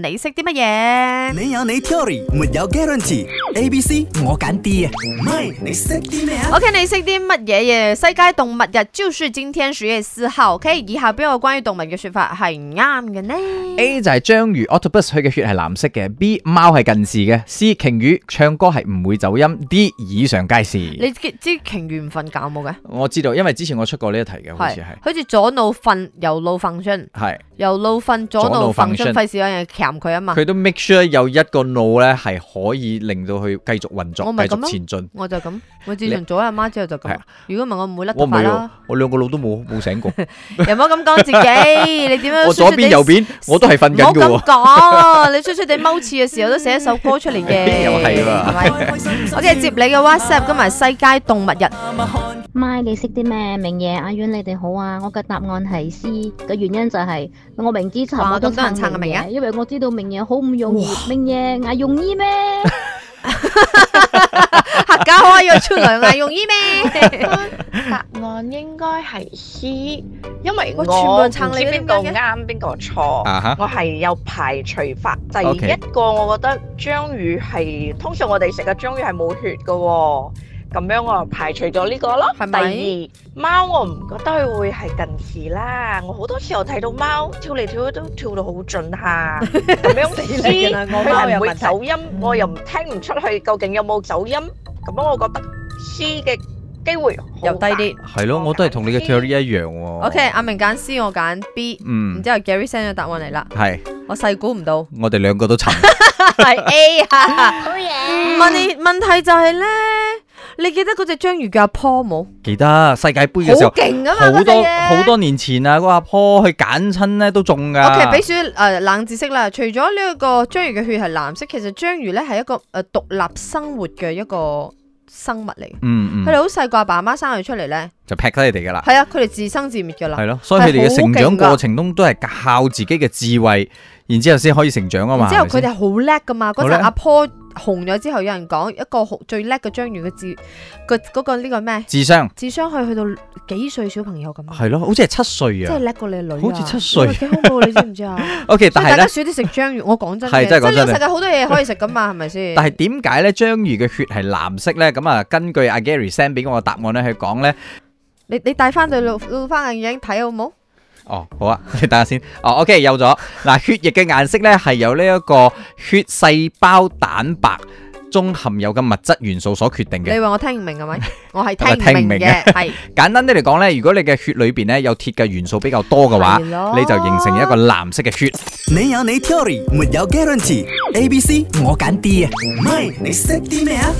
你識啲乜嘢？你有你 theory，沒有 guarantee。A、B、C 我揀 D 啊，唔係你識啲咩啊？ OK，你識啲乜嘢嘢？世界動物日就是今天十月四號。OK，以下邊個關於動物嘅說法係唔啱嘅呢？ A 就係章魚 octopus，佢嘅血係藍色嘅。B 貓係近視嘅。C 鯨魚唱歌係唔會走音。D 以上皆是。你知知鯨魚唔瞓覺冇嘅？我知道，因為之前我出過呢一題嘅，好似係好似左腦瞓，右腦 function，係右腦瞓，左腦左腦 function， function 費事有人鉗佢啊嘛。佢都 make sure 有一個腦咧係可以令到佢繼續運作我，咪繼咁咯續前進。我就咁，我自你從做咗阿媽之後就係咁啊。如果唔係我唔會甩頭我唔髮係啦喎。，我兩個腦都冇冇醒過， 又唔好咁講自 己，你點樣？我左邊 右。邊我都係瞓緊嘅唔好喎。咁講，你衰衰地踎廁嘅時候都寫一首歌出嚟嘅， 又係喎係咪？OK，接你嘅 WhatsApp，今日世界動物日，咪你識啲咩？明嘢，阿婉你哋好啊！我嘅答案係 C 嘅原因就係、我明知哇尋我都哦咁多人撐撐嘅啊明明嘢嘢，因為我知道明嘢好唔容易，明嘢捱容易咩？客家話要出糧啊，用依咩？答案應該係 C，因為哇我全部人唔撐知你嘅邊個點解啱邊個錯，啊哈我係有排除法。第一 OK 個我覺得章魚係通常我哋食嘅章魚係冇血嘅喎，咁樣我就排除咗呢個咯。係咪第二貓我唔覺得佢會係近視啦，我好多時候睇到貓跳嚟跳去都跳到好盡 下，咁樣死啦原來我貓佢係有問唔會題嗯走音，我又唔聽唔出去究竟有冇走音，咁樣我覺得 C 嘅機會好 又低大啲。係咯，我都係同你嘅 theory 一樣喎。 OK，阿明揀 C，我揀 B，然哦嗯，之後 Gary send 咗答案嚟啦，係我細估唔到我哋兩個 都沉。係 A 啊。好嗯嘢問你問題就係咧，你記得嗰只章魚叫阿 Paul 冇？記得世界盃嘅時好候。勁啊嘛，好嗰隻多嘢好多年前啊，個阿婆去揀親咧都中噶。 O.K. 俾少誒、呃冷知識啦。除咗呢一個章魚嘅血係藍色，其實章魚咧係一個誒、呃、獨立生活嘅一個生物嚟嘅。嗯佢哋嗯，好細個，阿爸阿媽生佢出嚟咧，就劈低你哋噶啦，係啊，佢哋自生自滅噶啦係。咯，所以佢哋嘅成長過程中都係靠自己嘅智慧，然之後先可以成長啊然嘛。之後係咪佢先哋好叻噶嘛，嗰好陣叻阿 Paul 紅咗之後，有人講一個好最叻嘅章魚嘅智個嗰個呢個咩智商智商可以去到幾歲小朋友咁啊，係咯，好似係七歲即係啊。叻過你女啊好似七歲哇幾恐怖你知唔知啊？ O K，所 但以係大家咧，少啲食章魚，我講真嘅，係即真係係講呢真個世界好多嘢可以食噶嘛，係咪先？但係點解咧章魚嘅血係藍色咧？咁啊，根據阿 Gary send 俾我嘅答案咧，佢講咧，你你戴翻對老老花眼鏡睇好冇？哦，好啊， 你等下先。哦，O K，有咗嗱，血液嘅顏色咧係由呢一個血細胞蛋白中含有嘅物質元素所決定嘅你。話我聽唔明 係咪？我係係聽咪唔聽唔明明嘅，係簡單啲嚟講呢，如果你嘅血裏邊呢有鐵嘅元素比較多嘅話，係咯你就形成一個藍色嘅血。你有你 theory，沒有 guarantee。A、B、C 我揀 D 啊，唔係你識啲咩啊？